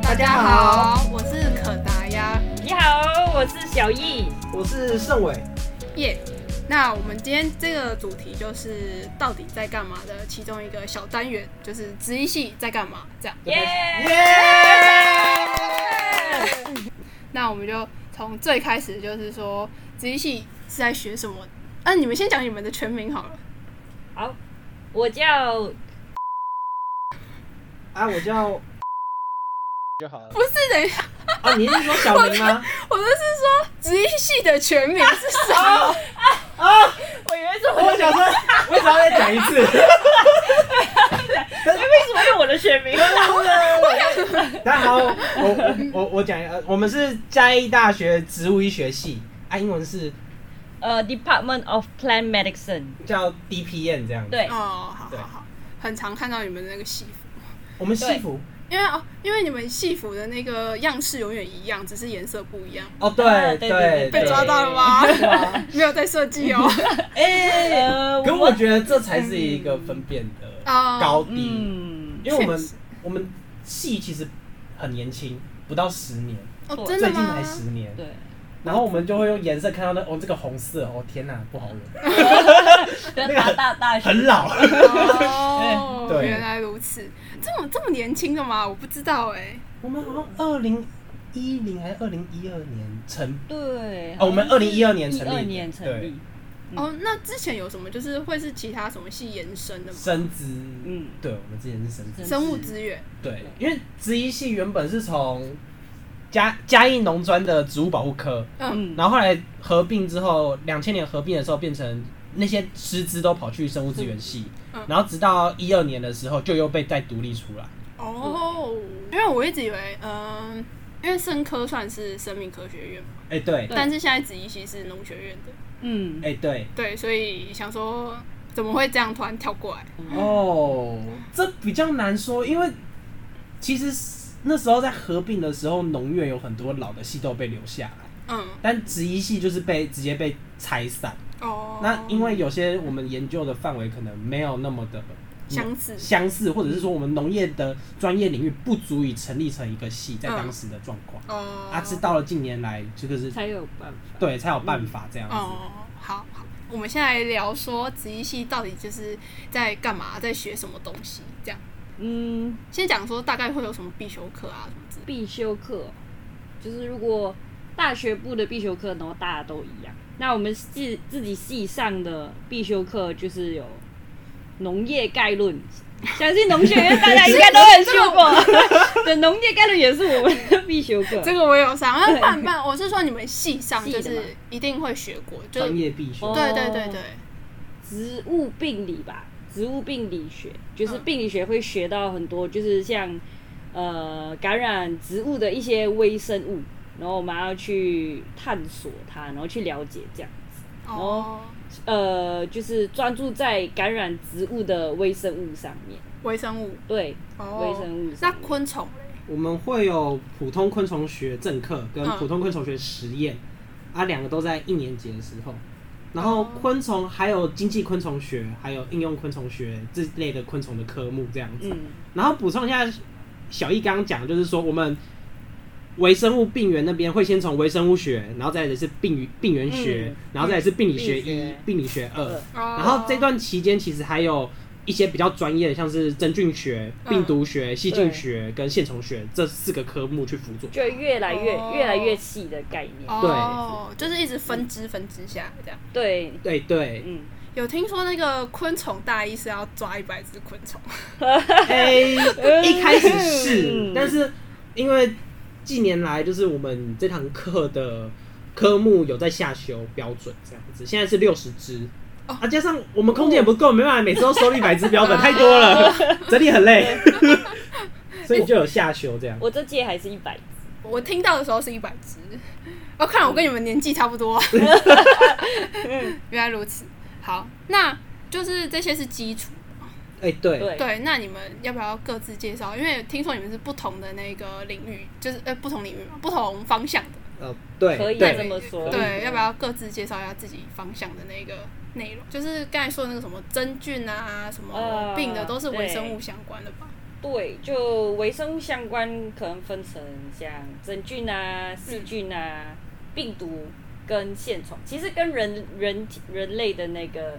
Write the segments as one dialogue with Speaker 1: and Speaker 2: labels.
Speaker 1: 大家好，我是可达鸭
Speaker 2: 你好，我是小易。
Speaker 3: 我是盛伟，
Speaker 1: 耶。那我们今天这个主题就是到底在干嘛的其中一个小单元，就是职一系在干嘛这样。
Speaker 2: 耶、
Speaker 1: 那我们就从最开始就是说职一系是在学什么？啊，你们先讲你们的全名好了。
Speaker 2: 好，我 叫
Speaker 3: 啊，我叫 就好了
Speaker 1: 不是，等一下，
Speaker 3: 啊，你是说小明吗？
Speaker 1: 我就是说职一系的全名是什 么？
Speaker 3: 啊，
Speaker 2: 我以为是 我
Speaker 3: 我想说，我想要再讲一次，
Speaker 2: 哎为什么用我的学 名？
Speaker 3: 大家好，我我我我讲一下，呃我们是嘉义大学植物医学系，啊，英文是
Speaker 2: 呃、d e p a r t m e n t of Plant Medicine。
Speaker 3: 叫 DPN 这样。，
Speaker 2: 对，
Speaker 1: 哦，好
Speaker 3: 对
Speaker 1: 好好，很常看到你们的那个戏服。
Speaker 3: 我们系服
Speaker 1: 因为哦，因为你们戏服的那个样式永远一样，只是颜色不一样。
Speaker 3: 哦，对对，
Speaker 2: 对对
Speaker 1: 被抓到了吗？ 没有在设计哦。
Speaker 3: 哎，
Speaker 2: 呃，
Speaker 3: 可我觉得这才是一个分辨的
Speaker 1: 哦
Speaker 3: 高低，
Speaker 2: 嗯，
Speaker 3: 因为我们
Speaker 1: 确实
Speaker 3: 我们系其实很年轻，不到十年，
Speaker 1: 哦，
Speaker 2: 对
Speaker 1: 真的
Speaker 3: 最近
Speaker 1: 吗
Speaker 3: 才？十年。
Speaker 2: 对，
Speaker 3: 然后我们就会用颜色看到那哦，这个红色哦，天哪，不好闻，
Speaker 2: 跟
Speaker 3: 个
Speaker 2: 大大大 学
Speaker 3: 很老。
Speaker 1: 哦，
Speaker 3: 对
Speaker 1: 原来如此，这么这么年轻的吗？我不知道哎。
Speaker 3: 我们好像二零一零还是二零一二年成，
Speaker 2: 对，
Speaker 3: 哦，我们二零一二年成
Speaker 2: 一
Speaker 3: 立的，
Speaker 2: 二年成
Speaker 3: 对
Speaker 2: 立，，嗯
Speaker 1: 哦，那之前有什么就是会是其他什么系延伸的吗？
Speaker 3: 生资，
Speaker 2: 嗯
Speaker 3: 对，我们之前是生资，
Speaker 2: 生
Speaker 1: 生物资源
Speaker 3: 对，因为植医系原本是从嘉嘉义农专的植物保护科，
Speaker 2: 嗯，
Speaker 3: 然后后来合并之后，两千年合并的时候变成那些师资都跑去生物资源系，
Speaker 1: 嗯
Speaker 3: 然后直到一二年的时候就又被再独立出来。
Speaker 1: 哦，因为我一直以为，嗯，因为生科算是生命科学院嘛，
Speaker 3: 哎、对，
Speaker 2: 对
Speaker 1: 但是现在子怡系是农学院的，
Speaker 2: 嗯
Speaker 3: 哎、，对。
Speaker 1: 对，所以想说怎么会这样突然跳过来？
Speaker 3: 哦，这比较难说，因为其实那时候在合并的时候，农院有很多老的系都被留下来，
Speaker 1: 嗯，
Speaker 3: 但植医系就是被直接被拆散。
Speaker 1: 哦，
Speaker 3: 那因为有些我们研究的范围可能没有那么的呃
Speaker 1: 相似
Speaker 3: 相似，或者是说我们农业的专业领域不足以成立成一个系，在当时的状况。
Speaker 1: 哦，
Speaker 3: 啊，是到了近年来，这个是
Speaker 2: 才有办法。
Speaker 3: 对才有办法这样子。
Speaker 1: 哦，好好，我们现在来聊说职一系到底就是在干嘛，在学什么东西，这样。
Speaker 2: 嗯，
Speaker 1: 先讲说大概会有什么必修课啊，什么之类
Speaker 2: 必修课就是如果大学部的必修课，然后大家都一样。那我们自自己系上的必修课就是有农业概论，相信农学院大家应该都很修过。 对，农业概论也是我们的必修课
Speaker 1: 的。。这个我有上，那半半，我是说你们系上就
Speaker 2: 呃系的嘛
Speaker 1: 是一定会学过，就
Speaker 3: 专
Speaker 1: 对
Speaker 3: 业必修
Speaker 2: 哦
Speaker 1: 对对对，
Speaker 2: 植物病理吧，植物病理学就是
Speaker 1: 嗯
Speaker 2: 病理学会学到很多，就是像呃感染植物的一些微生物，然后我们要去探索它，然后去了解这样。
Speaker 1: 哦，
Speaker 2: 呃，就是专注在感染植物的微生物上面，
Speaker 1: 微生物，
Speaker 2: 对，
Speaker 1: 哦，
Speaker 2: 微生物
Speaker 1: 那
Speaker 2: 上面
Speaker 1: 昆虫嘞，
Speaker 3: 我们会有普通昆虫学正课跟
Speaker 1: 嗯
Speaker 3: 普通昆虫学实验，啊，两个都在一年级的时候。然后
Speaker 1: 哦
Speaker 3: 昆虫还有经济昆虫学，还有应用昆虫学这类的昆虫的科目这样子。
Speaker 2: 嗯，
Speaker 3: 然后补充一下，小易刚刚讲的就是说，我们微生物病原那边会先从微生物学，然后再来是病病原学，
Speaker 2: 嗯
Speaker 3: 然后再来是病理学
Speaker 2: 病理
Speaker 3: 一
Speaker 2: 学、
Speaker 3: 病理学二。
Speaker 2: 呃，
Speaker 1: 然
Speaker 3: 然后这段期间其实还有一些比较专业的，像是真菌学、
Speaker 1: 嗯
Speaker 3: 病毒学、细菌学跟线虫学这四个科目去辅佐。
Speaker 2: 就越来越、
Speaker 1: 哦
Speaker 2: 越来越细的概念，
Speaker 1: 哦，就是一直分支分支下来这样。
Speaker 2: 对，
Speaker 3: 对对，
Speaker 2: 嗯，
Speaker 1: 有听说那个昆虫大一是要抓一百只昆虫，
Speaker 3: 哎、一开始是
Speaker 2: 嗯，
Speaker 3: 但是因为近年来就是我们这堂课的科目有在下修标准这样子，现在是六十只。
Speaker 1: 哦
Speaker 3: 啊，加上我们空间也不够，没办法每次都收一百只标 本，太多了，整理很累， 所以就有下修这样。
Speaker 2: 我这届还是一百，
Speaker 1: 我听到的时候是一百只。哦，看来我跟你们年纪差不多。
Speaker 2: 嗯
Speaker 1: 原来如此。好，那就是这些是基础。
Speaker 3: 哎、对，
Speaker 2: 对，
Speaker 1: 对，那你们要不要各自介绍？因为听说你们是不同的那个领域，就是呃不同领域嘛，不同方向的。
Speaker 3: 呃，对，
Speaker 2: 可以啊
Speaker 3: 对
Speaker 2: 这么说
Speaker 1: 对，
Speaker 2: 嗯
Speaker 1: 要不要各自介绍一下自己方向的那个内容？就是刚才说的那个什么真菌啊，什么
Speaker 2: 呃
Speaker 1: 病的，都是微
Speaker 2: 对
Speaker 1: 生物相关的吧？
Speaker 2: 对，就微生物相关可能分成像真菌啊、细菌啊、病毒跟线虫，其实跟人人人类的那个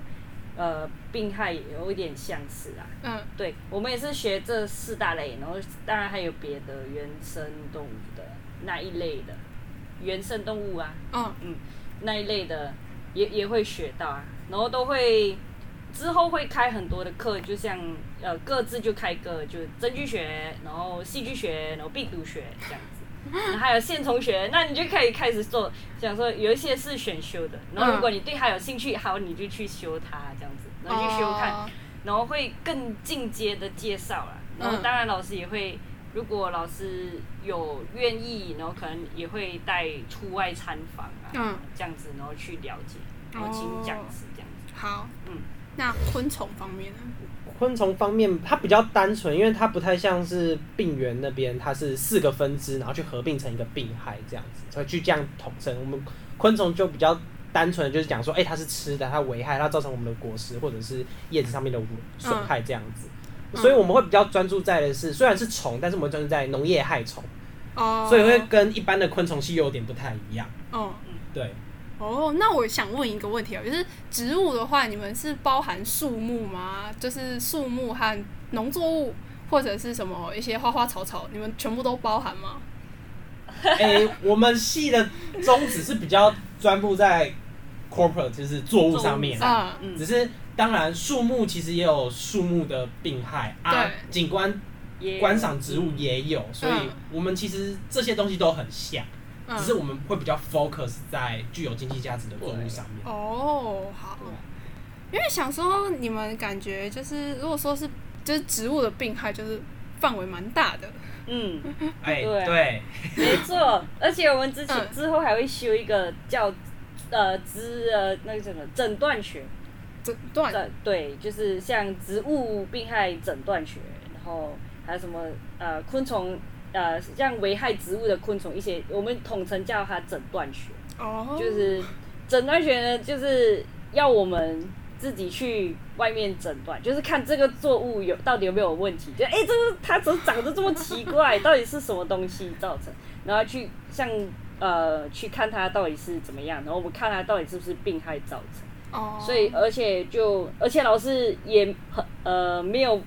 Speaker 2: 呃病害有一点相似啊。
Speaker 1: 嗯，
Speaker 2: 对，我们也是学这四大类，然后当然还有别的原生动物的那一类的原生动物啊，
Speaker 1: 嗯，
Speaker 2: 那一类的也也会学到啊，然后都会之后会开很多的课，就像呃各自就开个就真菌学，然后细菌学，然后病毒学这样子。然后还有线虫学，那你就可以开始做，想说有一些是选修的，然后如果你对它有兴趣，好你就去修它这样子，然后去修看，
Speaker 1: 哦
Speaker 2: 然后会更进阶的介绍啦。然后
Speaker 1: 嗯
Speaker 2: 当然老师也会，如果老师有愿意，然后可能也会带出外参访啊，
Speaker 1: 嗯哦
Speaker 2: 这样子，然后去了解，然后请讲师这样子。
Speaker 1: 好，
Speaker 2: 嗯
Speaker 1: 那昆虫方面呢？
Speaker 3: 昆虫方面，它比较单纯，因为它不太像是病原那边，它是四个分支，然后去合并成一个病害这样子，才去这样统称。我们昆虫就比较单纯，就是讲说，哎、它是吃的，它危害，它造成我们的果实或者是叶子上面的损害这样子。
Speaker 1: 嗯
Speaker 3: 所以我们会比较专注在的是，虽然是虫，但是我们会专注在农业害虫，
Speaker 1: 哦，
Speaker 3: 所以会跟一般的昆虫系又有点不太一样。
Speaker 1: 哦
Speaker 3: 对，
Speaker 1: 哦，那我想问一个问题啊，就是植物的话，你们是包含树木吗？就是树木和农作物，或者是什么一些花花草草，你们全部都包含吗？
Speaker 3: 哎、我们系的宗旨是比较专注在 corporate，就是作物上面。
Speaker 1: 啊，
Speaker 2: 嗯
Speaker 3: 只，是当然，树木其实也有树木的病害啊
Speaker 1: 对，
Speaker 3: 景观
Speaker 1: 嗯
Speaker 2: 也嗯
Speaker 3: 观赏植物也有，所以我们其实这些东西都很像，
Speaker 1: 嗯
Speaker 3: 只是我们会比较 focus 在具有经济价值的作物上面。
Speaker 1: 哦，好，因为想说你们感觉就是，如果说是就是植物的病害，就是范围蛮大的。
Speaker 2: 嗯，
Speaker 3: 哎，
Speaker 2: 对
Speaker 3: 对，
Speaker 2: 没错。而且我们之前
Speaker 1: 嗯
Speaker 2: 之后还会修一个叫呃知呃那个什么诊断学，
Speaker 1: 诊断
Speaker 2: 诊对，就是像植物病害诊断学，然后还有什么呃昆虫呃像危害植物的昆虫一些，我们统称叫它诊断学。
Speaker 1: 哦，
Speaker 2: 就是诊断学呢，就是要我们自己去外面诊断，就是看这个作物有到底有没有问题，就哎、诶这个它怎么长得这么奇怪，到底是什么东西造成，然后去像呃去看它到底是怎么样，然后我们看它到底是不是病害造成。
Speaker 1: 哦，
Speaker 2: 所以而且就而且老师也很呃没有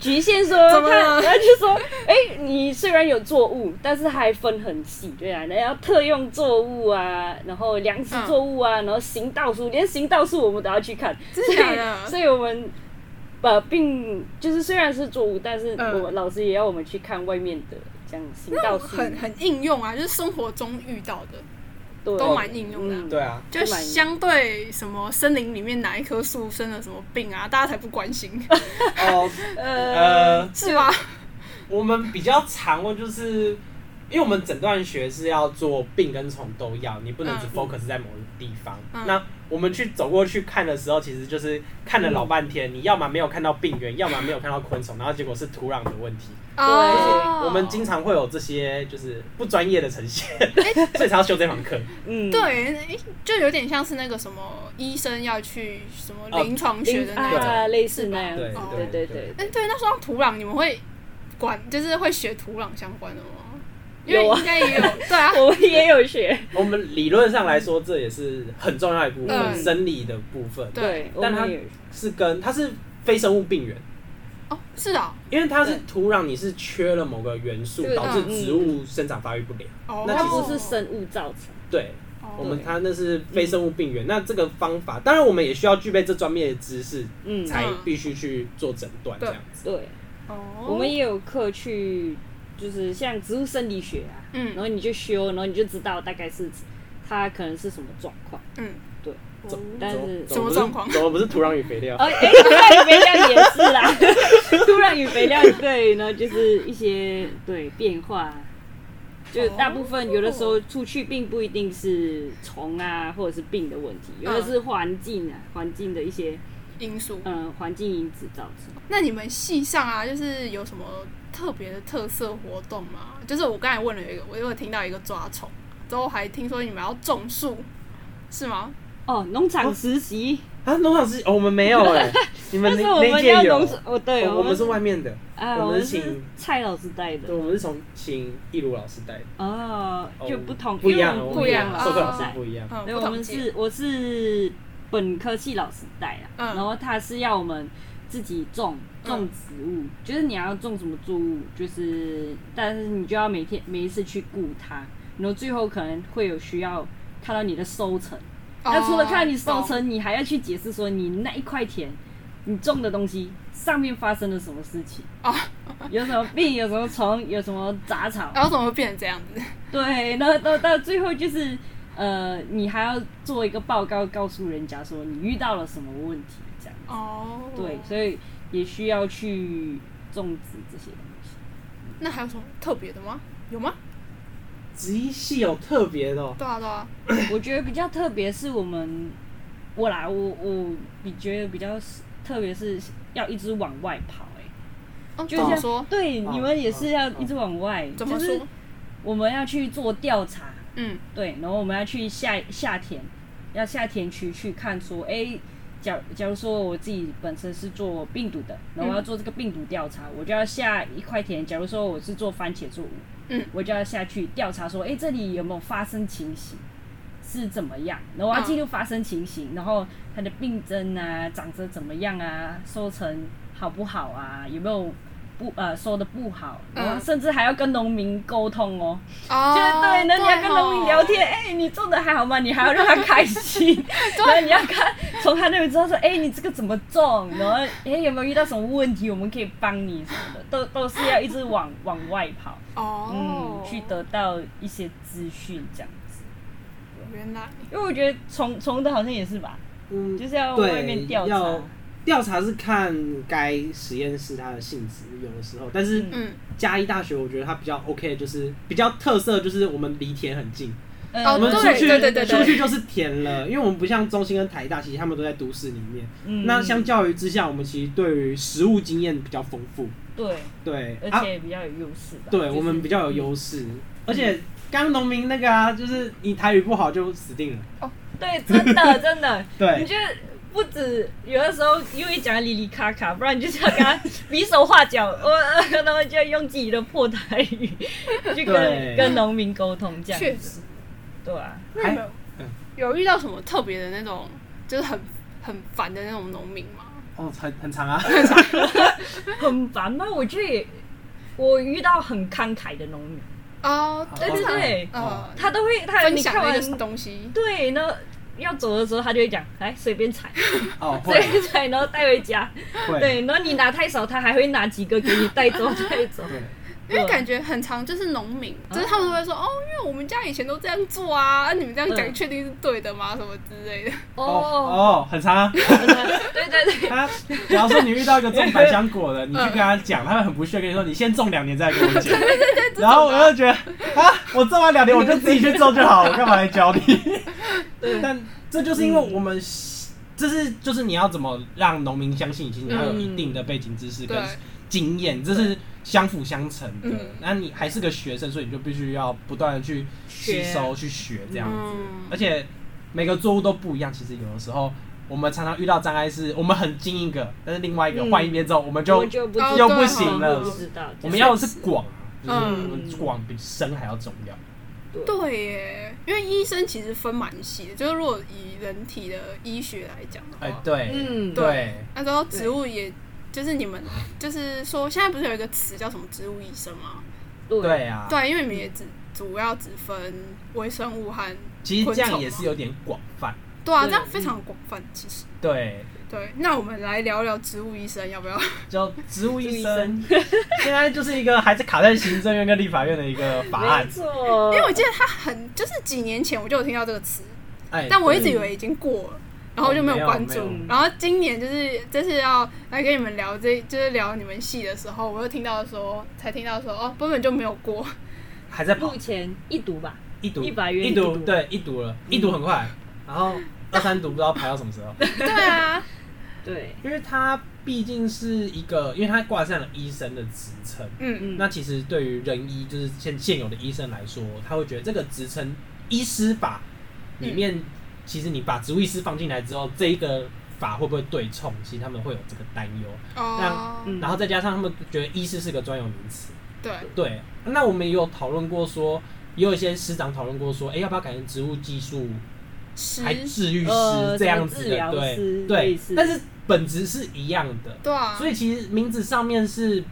Speaker 2: 局限说
Speaker 1: 怎么
Speaker 2: 他，
Speaker 1: 了
Speaker 2: 他就说，哎、你虽然有作物，但是还分很细，对啊，然后特用作物啊，然后粮食作物啊，然后行道树，连行道树我们都要去看，
Speaker 1: 真
Speaker 2: 所
Speaker 1: 的
Speaker 2: 以
Speaker 1: 假的？
Speaker 2: 所以我们。呃，并就是虽然是作物，但是
Speaker 1: 嗯
Speaker 2: 我老师也要我们去看外面的，这样行道树，
Speaker 1: 很很应用啊，就是生活中遇到的，
Speaker 2: 对
Speaker 1: 都蛮应用的
Speaker 2: 嗯
Speaker 3: 对 啊，
Speaker 1: 就
Speaker 2: 都蛮
Speaker 1: 相对什么森林里面哪一棵树生了什么病啊，大家才不关 心，
Speaker 3: 哦，
Speaker 1: 啊
Speaker 3: 呃，
Speaker 1: 是吧？
Speaker 3: 我们比较常问就是，因为我们诊断学是要做病跟虫都要，你不能只
Speaker 1: 嗯
Speaker 3: focus 在某个地方。
Speaker 1: 嗯
Speaker 3: 那我们去走过去看的时候，其实就是看了老半天，你要么没有看到病 源，要么没有看到昆虫，然后结果是土壤的问题。
Speaker 1: 哦，
Speaker 3: 我们经常会有这些就是不专业的 呈现，所以才要修这堂课。
Speaker 2: 嗯，
Speaker 1: 对，诶就有点像是那个什么医生要去什么
Speaker 3: 哦
Speaker 1: 临床学的那
Speaker 3: 临
Speaker 1: 种。
Speaker 2: 啊，类似那样
Speaker 3: 对
Speaker 2: 子，
Speaker 1: 哦
Speaker 2: 对对
Speaker 3: 对
Speaker 2: 对。
Speaker 1: 哎、对，那说到土壤，你们会管，就是会学土壤相关的吗？因为
Speaker 2: 有啊
Speaker 1: 应该也 有，对啊，
Speaker 2: 我们也有学，
Speaker 3: 我们理论上来说，这也是很重要的一部分，
Speaker 1: 嗯
Speaker 3: 生理的部分
Speaker 1: 对
Speaker 2: 我
Speaker 3: 但它
Speaker 2: 们也有学
Speaker 3: 是跟它是非生物病源。
Speaker 1: 哦，是啊、
Speaker 3: 因为它是土壤，你是缺了某个元素
Speaker 2: 对，
Speaker 3: 导致植物生长发育不良。
Speaker 1: 哦，
Speaker 3: 那
Speaker 2: 它
Speaker 3: 其
Speaker 2: 不
Speaker 3: 实
Speaker 2: 是生物造成，
Speaker 3: 对，
Speaker 2: 嗯
Speaker 1: 哦
Speaker 3: 我们它那是非生物病原。那这个方法，当然我们也需要具备这专业的知识，
Speaker 2: 嗯，
Speaker 3: 才必须去做诊断这样子。
Speaker 2: 对，
Speaker 1: 哦，
Speaker 2: 我们也有课去，就是像植物生理学啊，然
Speaker 1: 嗯
Speaker 2: 后你就修，然后你就知道大概是它可能是什么状况，
Speaker 1: 嗯
Speaker 2: 对，
Speaker 3: 怎
Speaker 2: 但是
Speaker 1: 什么状况
Speaker 3: 怎么不是土壤与肥料？
Speaker 2: 哦，哎，土壤与肥料也是啦， 土壤与肥料对，然后就是一些对变化，就是大部分有的时候出去并不一定是虫啊或者是病的问题，有的是环境啊，环境的一些
Speaker 1: 因素。
Speaker 2: 嗯环境因子造成。
Speaker 1: 那你们系上啊，就是有什么特别的特色活动吗？就是我刚才问了一个，我有听到一个抓虫，之后还听说你们要种树，是吗？
Speaker 2: 哦，农场实习，
Speaker 3: 啊，农场是、哦、我们没有哎、你们
Speaker 2: 但
Speaker 3: 那
Speaker 2: 是我
Speaker 3: 那
Speaker 2: 们要
Speaker 3: 届有，
Speaker 2: 农场，哦，对，
Speaker 3: 我我们是外面的，
Speaker 2: 啊，
Speaker 3: 我
Speaker 2: 我
Speaker 3: 们
Speaker 2: 们
Speaker 3: 是
Speaker 2: 是蔡老师带
Speaker 3: 对，
Speaker 2: 的，
Speaker 3: 我们是从请易如老师带的，
Speaker 2: 哦，就
Speaker 3: 哦
Speaker 2: 不同，
Speaker 3: 不一样，
Speaker 2: 因为我
Speaker 3: 我
Speaker 2: 们
Speaker 3: 们
Speaker 1: 不一样
Speaker 3: 授课老师
Speaker 2: 带
Speaker 3: 不一样，
Speaker 1: 嗯，
Speaker 2: 对，
Speaker 1: 不
Speaker 2: 我
Speaker 1: 同
Speaker 2: 们
Speaker 1: 届，
Speaker 2: 是我是本科系老师带啊，
Speaker 1: 嗯
Speaker 2: 然后他是要我们自己种
Speaker 1: 嗯
Speaker 2: 种植物，就是你要种什么作物，就是但是你就要每天每一次去顾它，然后最后可能会有需要看到你的收成。那除了看到你收
Speaker 1: 哦，
Speaker 2: 成，你还要去解释说你那一块田你种的东西上面发生了什么事情
Speaker 1: 哦，
Speaker 2: 有什么病，有什么虫，有什么杂草，
Speaker 1: 然后怎么会变成这样子？
Speaker 2: 对，然后到到最后就是，呃，你还要做一个报告，告诉人家说你遇到了什么问题，这样。
Speaker 1: 哦，
Speaker 2: 对，所以也需要去种植这些东西。
Speaker 1: 那还有什么特别的吗？有吗？
Speaker 3: 职一系有特别的、哦，
Speaker 1: 对啊，对啊，
Speaker 2: 我觉得比较特别是我们，我啦，我我比觉得比较特别是要一直往外跑、欸，
Speaker 1: 哦，
Speaker 2: 就
Speaker 1: 怎么
Speaker 2: 像
Speaker 1: 说？嗯
Speaker 2: 对，
Speaker 3: 哦
Speaker 2: 你们也是要
Speaker 3: 哦
Speaker 2: 一直往外，
Speaker 1: 怎么
Speaker 2: 就是
Speaker 1: 说？
Speaker 2: 我们要去做调查，
Speaker 1: 嗯，
Speaker 2: 对，然后我们要去下下田，要下田区去看说，哎，假假如说我自己本身是做病毒的，然后我要做这个病毒调查，我就要下一块田。假如说我是做番茄作物，
Speaker 1: 嗯，
Speaker 2: 我就要下去调查说，哎，这里有没有发生情形？是怎么样？然后我要啊记录发生情形，然后它的病症啊，长得怎么样啊，收成好不好啊，有没有不呃收的不好，然后
Speaker 1: 嗯
Speaker 2: 甚至还要跟农民沟通哦，
Speaker 1: 哦，
Speaker 2: 就是对，那你要
Speaker 1: 对
Speaker 2: 跟
Speaker 1: 哦
Speaker 2: 农民聊天，哎、你种的还好吗？你还要让他 开心，然后你要看从他那边知道说，哎、你这个怎么种，然后哎、有没有遇到什么问题，我们可以帮你什么的，都都是要一直往往外跑，
Speaker 1: 哦，
Speaker 2: 嗯，去得到一些资讯这样子。
Speaker 1: 原来
Speaker 2: 因为我觉得虫虫的好像也是吧，
Speaker 3: 嗯，
Speaker 2: 就是要
Speaker 3: 对
Speaker 2: 外面调查
Speaker 3: 要，调查是看该实验室它的性质，有的时候，但是
Speaker 2: 嗯
Speaker 1: 嗯，
Speaker 3: 嘉义大学我觉得它比较 OK，的就是比较特色，就是我们离田很近，
Speaker 2: 嗯
Speaker 1: 哦
Speaker 3: 我们出去
Speaker 1: 对对对对
Speaker 3: 出去就是田了，因为我们不像中兴跟台大，其实他们都在都市里面。
Speaker 2: 嗯
Speaker 3: 那相较于之下，我们其实对于食物经验比较丰富，
Speaker 2: 对，
Speaker 3: 对，
Speaker 2: 而
Speaker 3: 啊
Speaker 2: 且比较有优势吧，
Speaker 3: 对
Speaker 2: 就是嗯
Speaker 3: 我们比较有优势，而且刚刚农民那个啊，就是你台语不好就死定了，
Speaker 2: 对，真的真的，
Speaker 3: 对
Speaker 2: 你就不止有的时候因为讲哩哩咔咔，不然你就想 跟他比手画脚，我 然后就用自己的破台 语
Speaker 3: 对
Speaker 2: 去跟跟农民沟通这样，
Speaker 1: 确实，
Speaker 2: 对啊，
Speaker 1: 那有没有
Speaker 3: 嗯
Speaker 1: 有遇到什么特别的那种，就是很很烦的那种农民吗？
Speaker 3: 哦，很很长 啊，
Speaker 2: 很烦吗？我觉得也我遇到很慷慨的农民，
Speaker 1: 哦，
Speaker 2: 对对对，
Speaker 3: 哦
Speaker 1: 呃，
Speaker 2: 他都会他
Speaker 1: 分
Speaker 2: 你
Speaker 1: 享
Speaker 2: 看
Speaker 1: 那
Speaker 2: 完
Speaker 1: 个东西，
Speaker 2: 对，然后要走的时候他就会讲，来随便采，
Speaker 3: 哦，
Speaker 2: 随
Speaker 3: 会
Speaker 2: 便采，然后带回家，
Speaker 3: 会，
Speaker 2: 对，然后你拿太少，他还会拿几个给你带走带走，
Speaker 3: 对
Speaker 1: 因为感觉很常就是农民，就是他们都会说哦，因为我们家以前都这样做啊，啊你们这样讲
Speaker 2: 嗯
Speaker 1: 确定是对的吗？什么之类的。
Speaker 2: 哦
Speaker 3: 哦哦，很长啊。
Speaker 2: 对对对，
Speaker 3: 他，假如说你遇到一个种百香果的，你去跟他讲，他会很不屑跟你说，你先种两年再跟我讲。然后我就觉得啊，我种完两年我就自己去种就好，我干嘛来教你？但这就是因为我们，这是就是你要怎么让农民相信你，其实你要有一定的背景知识跟
Speaker 1: 对
Speaker 3: 经验，这是相辅相成的
Speaker 1: 嗯。
Speaker 3: 那你还是个学生，所以你就必须要不断的去吸收、去学这样子。
Speaker 1: 嗯，
Speaker 3: 而且每个作物都不一样。其实有的时候我们常常遇到障碍是，我们很精一个，但是另外一个
Speaker 2: 嗯
Speaker 3: 换一边之后，我们就
Speaker 2: 我就不嗯
Speaker 1: 哦
Speaker 2: 知
Speaker 3: 又
Speaker 1: 对
Speaker 3: 不
Speaker 1: 哦
Speaker 3: 行了
Speaker 2: 不。知道，
Speaker 3: 我们要的是广，就是
Speaker 1: 嗯
Speaker 3: 我们广比深还要重要。
Speaker 1: 对耶，因为医生其实分蛮细的，就是如果以人体的医学来讲的话，
Speaker 3: 哎，对，
Speaker 2: 嗯，
Speaker 3: 对，
Speaker 1: 那时候植物也就是你们就是说现在不是有一个词叫什么植物医生吗？
Speaker 2: 对
Speaker 3: 对啊。
Speaker 1: 对，因为你们也只主要只分微生物和
Speaker 3: 其实这样也
Speaker 1: 昆虫
Speaker 3: 是
Speaker 1: 吗
Speaker 3: 有点广泛。
Speaker 1: 对啊，
Speaker 2: 对
Speaker 1: 这样非常广泛其实。
Speaker 3: 对，
Speaker 1: 对，那我们来聊聊植物医生要不 要？
Speaker 3: 就植物医生，现在就是一个还是卡在行政院跟立法院的一个法案
Speaker 2: 没。错，
Speaker 1: 因为我记得他很就是几年前我就有听到这个词，
Speaker 3: 哎，
Speaker 1: 但我一直
Speaker 3: 对
Speaker 1: 以为已经过了，然后就没有关注
Speaker 3: 哦没有没。有
Speaker 1: 然后今年就是这次要来跟你们聊这，就是聊你们系的时候，我又听到说，才听到说哦，根本就没有过。
Speaker 3: 还在跑
Speaker 2: 目前一读吧，
Speaker 3: 一读
Speaker 2: 一百元
Speaker 3: 一
Speaker 2: 一
Speaker 3: 读
Speaker 2: 读
Speaker 3: 对一读了，一读很快，然后二三读不知道排到什么时候。
Speaker 1: 对啊，
Speaker 2: 对，
Speaker 3: 因为他毕竟是一个，因为他挂上了医生的职称，
Speaker 1: 嗯，
Speaker 2: 嗯
Speaker 3: 那其实对于人医就是
Speaker 2: 嗯
Speaker 3: 现现有的医生来说，他会觉得这个职称医师法里面其实你把植物医师放进来之后，这一个法会不会对冲？其实他们会有这个担忧。
Speaker 1: 哦，
Speaker 2: 嗯
Speaker 3: 然后再加上他们觉得医师是个专有名词，
Speaker 1: 对，
Speaker 3: 对。那我们也有讨论过说，也有一些师长讨论过说，哎、要不要改成植物技术
Speaker 1: 十
Speaker 3: 还治愈
Speaker 2: 呃
Speaker 3: 师这样子
Speaker 2: 什么治疗
Speaker 3: 的？对
Speaker 2: 师类
Speaker 3: 对
Speaker 2: 似，
Speaker 3: 但是本质是一样的。
Speaker 1: 对啊，
Speaker 3: 所
Speaker 1: 以
Speaker 3: 以其实名字上面是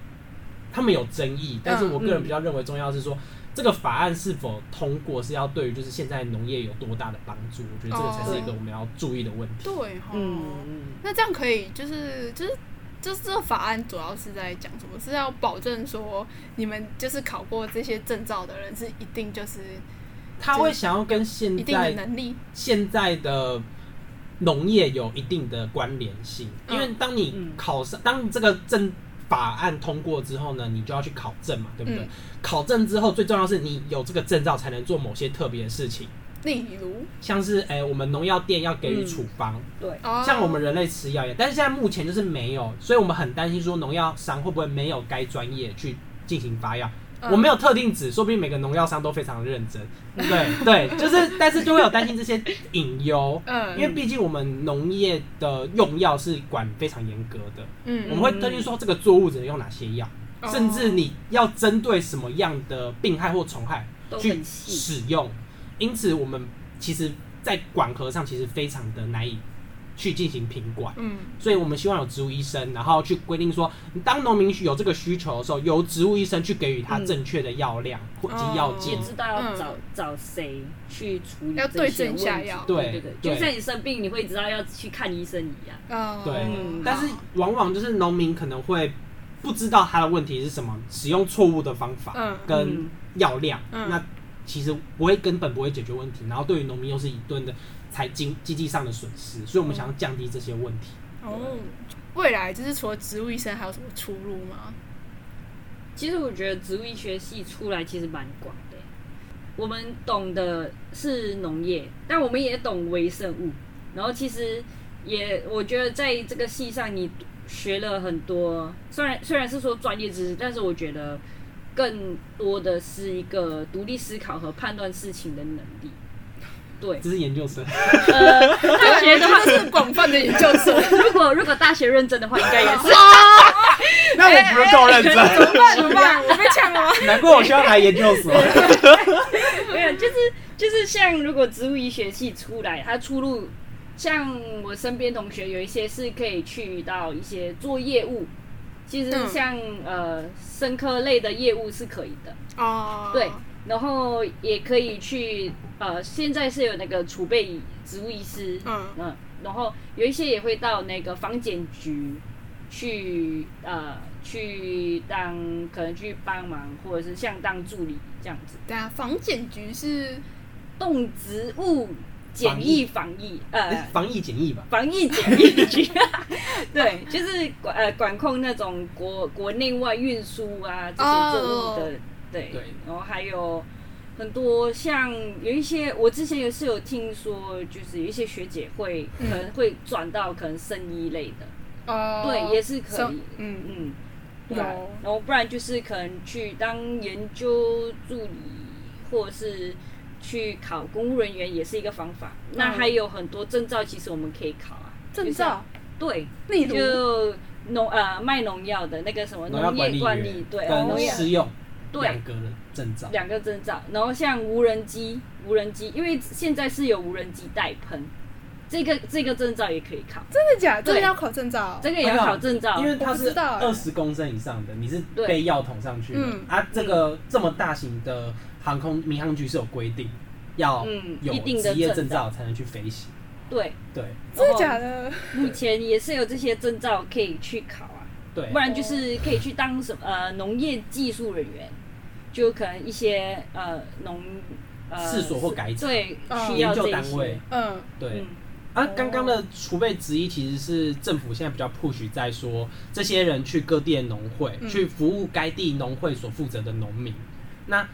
Speaker 3: 他们有争议，但是我个人比较认为重要是说。这个法案是否通过，是要对于就是现在农业有多大的帮助？我觉得这个才是一个我们要注意的问题。
Speaker 1: 对哈，
Speaker 2: 嗯，
Speaker 1: 那这样可以就是就是。就是这个法案主要是在讲什么？是要保证说你们就是考过这些证照的人是一定就是
Speaker 3: 他会想要跟现
Speaker 1: 一定的
Speaker 3: 在
Speaker 1: 能力，
Speaker 3: 现在的农业有一定的关联性，
Speaker 1: 嗯
Speaker 3: 因为当你
Speaker 2: 嗯
Speaker 3: 考上，当这个证法案通过之后呢，你就要去考证嘛，对不对？
Speaker 1: 嗯
Speaker 3: 考证之后，最重要是你有这个证照才能做某些特别的事情，
Speaker 1: 例如
Speaker 3: 像是哎、我们农药店要给予
Speaker 2: 嗯
Speaker 3: 处方，
Speaker 2: 对，
Speaker 1: 哦，
Speaker 3: 像我们人类吃药一样，但是现在目前就是没有，所以我们很担心说农药商会不会没有该专业去进行发药。
Speaker 1: 嗯
Speaker 3: 我没有特定指，说不定每个农药商都非常认真。对对，就是，但是就会有担心这些隐忧，因
Speaker 1: 嗯
Speaker 3: 为毕竟我们农业的用药是管非常严格的，我
Speaker 1: 嗯
Speaker 3: 们会根据说这个作物只能用哪些药，
Speaker 1: 哦
Speaker 3: 甚至你要针对什么样的病害或虫害
Speaker 2: 都
Speaker 3: 去
Speaker 2: 很细，
Speaker 3: 使用。因此，我们其实在管核上其实非常的难以去进行品管。
Speaker 1: 嗯
Speaker 3: 所以我们希望有植物医生，然后去规定说，当农民有这个需求的时候，由植物医生去给予他正确的药量
Speaker 2: 哦
Speaker 3: 或及药剂
Speaker 1: 嗯。
Speaker 2: 知道要找找谁去处理
Speaker 1: 要
Speaker 2: 这
Speaker 1: 对
Speaker 2: 些
Speaker 1: 症
Speaker 2: 问题
Speaker 1: 下药
Speaker 3: 对
Speaker 2: 对对，
Speaker 3: 对
Speaker 2: 就像你生病，你会知道要去看医生一样。
Speaker 1: 嗯，
Speaker 3: 对
Speaker 2: 嗯，
Speaker 3: 但是往往就是农民可能会不知道他的问题是什么，使用错误的方法
Speaker 1: 嗯
Speaker 3: 跟药量，
Speaker 1: 嗯
Speaker 3: 那其实不会根本不会解决问题，然后对于农民又是一顿的财经经济上的损失，所以我们想要降低这些问题。
Speaker 1: 哦，未来就是除了植物医生还有什么出路吗？
Speaker 2: 其实我觉得植物医学系出来其实蛮广的，我们懂的是农业，但我们也懂微生物。然后其实也，我觉得在这个系上你学了很多，虽然虽然是说专业知识，但是我觉得更多的是一个独立思考和判断事情的能力。对，
Speaker 3: 这是研究生，
Speaker 2: 呃，大学的话，
Speaker 1: 是广泛的研究生，
Speaker 2: 如果如果大学认真的话，应该也是。
Speaker 3: 那我不是够认真，
Speaker 1: 怎么办？我被呛了吗？
Speaker 3: 难怪我需要来研究 所。
Speaker 2: 没有，就是就是像如果植物医学系出来，它出路像我身边同学有一些是可以去到一些做业务，其实
Speaker 1: 嗯
Speaker 2: 像、呃生科类的业务是可以的，
Speaker 1: 哦，
Speaker 2: 对，然后也可以去呃现在是有那个储备植物医师，
Speaker 1: 嗯
Speaker 2: 嗯，然后有一些也会到那个房检局去呃去当可能去帮忙或者是像当助理这样子。
Speaker 1: 等下啊房检局是
Speaker 2: 动植物检疫防疫，呃，
Speaker 3: 防疫检疫吧。
Speaker 2: 防疫检疫局， 对，就是管呃管控那种国国内外运输啊这些作物的
Speaker 1: 哦
Speaker 2: 对，
Speaker 3: 对
Speaker 2: 然后还有很多像有一些我之前也是有听说，就是有一些学姐会可能会转到可能生医类的，
Speaker 1: 哦，
Speaker 2: 对，也是可
Speaker 1: 生
Speaker 2: 以，
Speaker 1: 嗯，
Speaker 2: 嗯，
Speaker 1: 有
Speaker 2: 对啊然后不然就是可能去当研究助理，或者是去考公务人员，也是一个方法。那还有很多证照，其实我们可以考啊，
Speaker 1: 嗯证照，
Speaker 2: 就是
Speaker 1: 例
Speaker 2: 对，
Speaker 1: 如
Speaker 2: 就农呃卖农药的那个什么
Speaker 3: 农药
Speaker 2: 农业
Speaker 3: 管
Speaker 2: 管
Speaker 3: 理员
Speaker 2: 理，对，
Speaker 3: 跟
Speaker 2: 农业
Speaker 3: 施用
Speaker 2: 对
Speaker 3: 两个的证照。
Speaker 2: 两个证照。然后像无人机，无人机，因为现在是有无人机带喷，这个这个证照也可以考，
Speaker 1: 真的假的？这个
Speaker 2: 对
Speaker 1: 要考证照，
Speaker 2: 这个也要考证照
Speaker 3: 哎因，为它
Speaker 1: 我不
Speaker 3: 是
Speaker 1: 知道欸
Speaker 3: 二十公升以上的，你是
Speaker 2: 对
Speaker 3: 背药桶上去的
Speaker 1: 嗯
Speaker 3: 啊。这个这么大型的航空民航局是有规定，要
Speaker 2: 嗯
Speaker 3: 有
Speaker 2: 一定
Speaker 3: 职
Speaker 2: 的
Speaker 3: 业
Speaker 2: 证
Speaker 3: 证照才能去飞行。
Speaker 2: 对，
Speaker 3: 对
Speaker 1: 真的
Speaker 2: 然后
Speaker 1: 假的？
Speaker 2: 目前也是有这些证照可以去考啊。
Speaker 3: 对
Speaker 2: 不，然就是可以去当什么呃农业技术人员，就可能一些呃农呃
Speaker 3: 试所或改厂
Speaker 2: 对
Speaker 1: 嗯
Speaker 2: 需
Speaker 3: 研
Speaker 2: 要这
Speaker 3: 究
Speaker 2: 一
Speaker 3: 单位
Speaker 2: 些，
Speaker 1: 嗯，
Speaker 3: 对
Speaker 2: 嗯。
Speaker 3: 啊，刚刚的储备之一其实是政府现在比较 push 在说，这些人去各地的农会、
Speaker 1: 嗯
Speaker 3: 去服务该地农会所负责的农民。那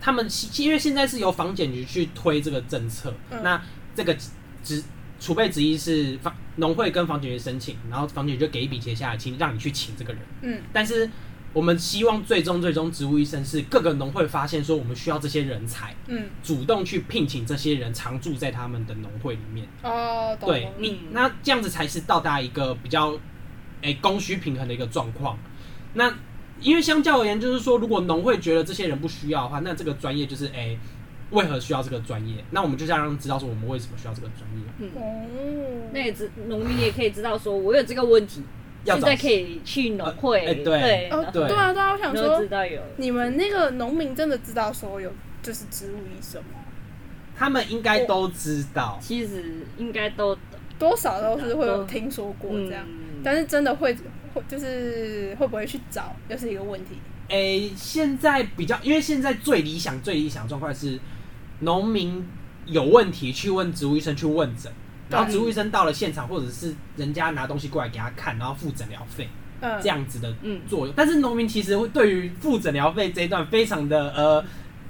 Speaker 3: 他们其因为现在是由房检局去推这个政策，
Speaker 1: 嗯
Speaker 3: 那这个职储备之一是房农会跟房检局申请，然后房检局就给一笔钱下来，请让你去请这个人。
Speaker 1: 嗯，
Speaker 3: 但是我们希望最终最终植物医生是各个农会发现说我们需要这些人才，
Speaker 1: 嗯，
Speaker 3: 主动去聘请这些人常驻在他们的农会里面。
Speaker 1: 哦，懂
Speaker 3: 对
Speaker 1: 了
Speaker 3: 你，那这样子才是到达一个比较，诶、供需平衡的一个状况。那因为相较而言，就是说，如果农会觉得这些人不需要的话，那这个专业就是诶、为何需要这个专业？那我们就是要让他知道说我们为什么需要这个专业，
Speaker 1: 哦，
Speaker 2: 嗯那也知农民也可以知道说，我有这个问题，
Speaker 3: 要
Speaker 2: 现
Speaker 3: 找
Speaker 2: 在可以去农会，
Speaker 3: 呃哎对
Speaker 2: 对，
Speaker 1: 哦，
Speaker 3: 对
Speaker 1: 对啊，对啊，我想
Speaker 2: 然后
Speaker 1: 说
Speaker 2: 知，道有
Speaker 1: 你们那个农民真的知道说有就是植物医生吗？
Speaker 3: 他们应该都知道。
Speaker 2: 其实应该都
Speaker 1: 多少都是会有
Speaker 2: 嗯
Speaker 1: 听说过这样，
Speaker 2: 嗯
Speaker 1: 但是真的会会就是会不会去找，又是一个问题。
Speaker 3: 诶、现在比较，因为现在最理想、最理想的状况是，农民有问题去问植物医生去问诊，然后
Speaker 1: 对
Speaker 3: 植物医生到了现场，或者是人家拿东西过来给他看，然后付诊疗费
Speaker 1: 嗯，
Speaker 3: 这样子的
Speaker 2: 嗯
Speaker 3: 作用。但是农民其实会对于付诊疗费这一段非常的呃，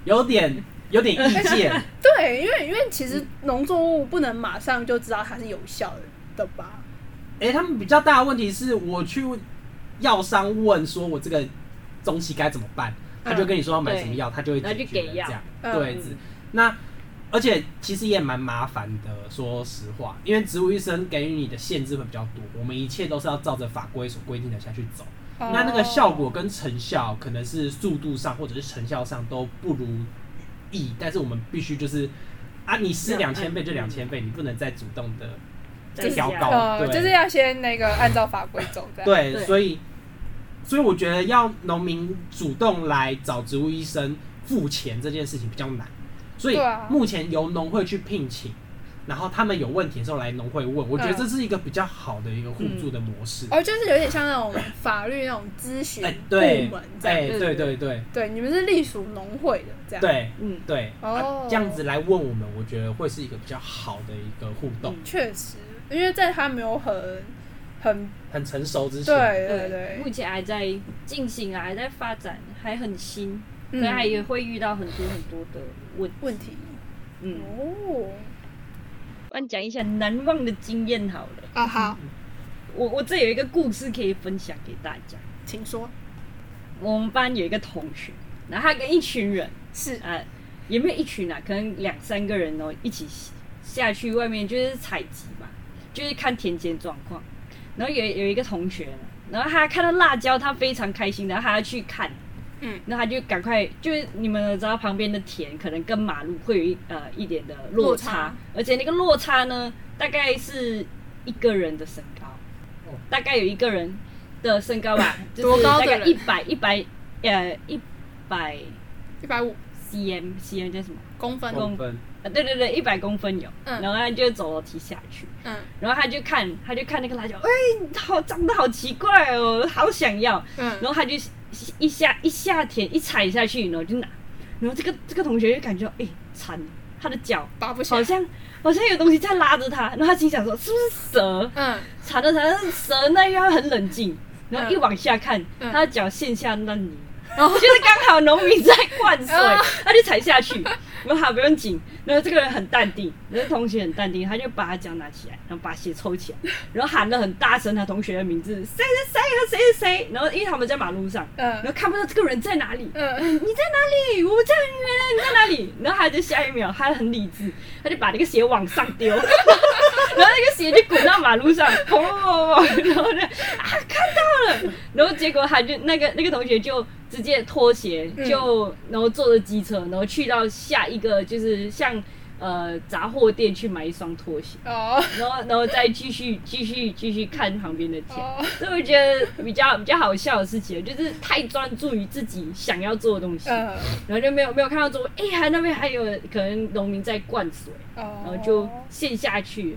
Speaker 3: 有点有点意 见。
Speaker 1: 对，因为因为其实农作物不能马上就知道它是有效的的吧？
Speaker 3: 诶、他们比较大的问题是我去药商问说我这个东西该怎么办，他就跟你说要买什么药，他就会
Speaker 2: 然后
Speaker 3: 解
Speaker 2: 嗯就
Speaker 3: 决
Speaker 2: 给
Speaker 3: 了这
Speaker 2: 药
Speaker 3: 样。
Speaker 1: 嗯
Speaker 3: 对，只那而且其实也蛮麻烦的，说实话，因为植物医生给予你的限制会比较多，我们一切都是要照着法规所规定的下去走。
Speaker 1: 哦
Speaker 3: 那那个效果跟成效，可能是速度上或者是成效上都不如意，但是我们必须就是啊，你是两
Speaker 2: 两
Speaker 3: 千倍就两千倍，你不能再主动的
Speaker 2: 再
Speaker 3: 调
Speaker 2: 加
Speaker 3: 高
Speaker 1: 呃，
Speaker 3: 对
Speaker 1: 就是要先那个按照法规走这样。
Speaker 3: 对，
Speaker 2: 对
Speaker 3: 所以所以我觉得要农民主动来找植物医生付钱这件事情比较难，所以
Speaker 1: 对啊
Speaker 3: 目前由农会去聘请，然后他们有问题的时候来农会问，我觉得这是一个比较好的一个互助的模式。
Speaker 1: 哦，就是有点像那种法律那种咨询
Speaker 3: 哎，
Speaker 1: 嗯部
Speaker 3: 对
Speaker 1: 门，这样。
Speaker 3: 哎，对对对对
Speaker 1: 对，你们是隶属农会的这样。，
Speaker 3: 对
Speaker 2: 嗯，
Speaker 3: 对，
Speaker 1: 哦
Speaker 3: 啊这样子来问我们，我觉得会是一个比较好的一个互动，
Speaker 1: 确实，因为在他没有很很
Speaker 3: 很成熟之前。
Speaker 1: 对对
Speaker 2: 目
Speaker 1: 对，嗯
Speaker 2: 前还在进行啊，还在发展，还很新，
Speaker 1: 嗯
Speaker 2: 所以还也会遇到很多很多的问题。
Speaker 1: 问题
Speaker 2: 嗯，
Speaker 1: 哦
Speaker 2: 我讲一下难忘的经验好了。
Speaker 1: 啊好，
Speaker 2: 我我这有一个故事可以分享给大家。
Speaker 1: 请说，
Speaker 2: 我们班有一个同学，然后他跟一群人，
Speaker 1: 是
Speaker 2: 啊，也没有一群啊，可能两三个人哦，一起下去外面就是采集嘛，就是看田间状况。然后有有一个同学呢，然后他看到辣椒，他非常开心，然后他要去看，
Speaker 1: 嗯，
Speaker 2: 然后他就赶快，就是你们知道旁边的田可能跟马路会有一呃一点的
Speaker 1: 落
Speaker 2: 落
Speaker 1: 差
Speaker 2: 差，而且那个落差呢，大概是一个人的身高，
Speaker 3: 哦
Speaker 2: 大概有一个人的身 高吧，就
Speaker 1: 多
Speaker 2: 是
Speaker 1: 高
Speaker 2: 大
Speaker 1: 的
Speaker 2: 概
Speaker 1: 人
Speaker 2: 一百一百呃一百
Speaker 1: 一百五
Speaker 2: cm cm 叫什么？
Speaker 1: 公分，
Speaker 3: 公分，
Speaker 2: 啊，对对对，一百公分有，
Speaker 1: 嗯
Speaker 2: 然后他就走楼梯下去，
Speaker 1: 嗯
Speaker 2: 然后他就看，他就看那个辣椒，哎、好长得好奇怪哦，好想要，然
Speaker 1: 嗯，
Speaker 2: 后他就一下一下舔一踩下去，然后就拿，然后这个这个同学就感觉，哎、惨了，他的脚
Speaker 1: 拔不下
Speaker 2: 好，像好像有东西在拉着他，然后他心想说，是不是蛇？
Speaker 1: 嗯
Speaker 2: 惨了惨了，蛇那要很冷静，然后一
Speaker 1: 嗯
Speaker 2: 往下看，
Speaker 1: 嗯哦
Speaker 2: 他的脚陷下烂泥。
Speaker 1: 然后
Speaker 2: 就是刚好农民在灌水
Speaker 1: 啊，
Speaker 2: 他就踩下去。然后好不用紧，然后这个人很淡定，那个同学很淡定，他就把他脚拿起来，然后把鞋抽起来，然后喊了很大声他同学的名字，谁谁谁和谁谁谁。然后因为他们在马路上，然后
Speaker 1: 嗯
Speaker 2: 看不到这个人在哪里，
Speaker 1: 嗯，
Speaker 2: 你在哪里？我在你在哪里？然后他就下一秒，他很理智，他就把那个鞋往上丢， 然后那个鞋就滚到马路上，砰砰砰砰砰，然后就啊看到了，然后结果他就那个那个同学就直接脱鞋，
Speaker 1: 嗯
Speaker 2: 就然后坐着机车，然后去到下一个就是像呃杂货店去买一双拖鞋，
Speaker 1: 哦
Speaker 2: 然后然后再继续继续继续看旁边的田。
Speaker 1: 哦，
Speaker 2: 所以我觉得比较比较好笑的事情，就是太专注于自己想要做的东西，
Speaker 1: 嗯
Speaker 2: 然后就没有没有看到周围，哎、还那边还有可能农民在灌水，然后
Speaker 1: 哦，
Speaker 2: 就陷下去。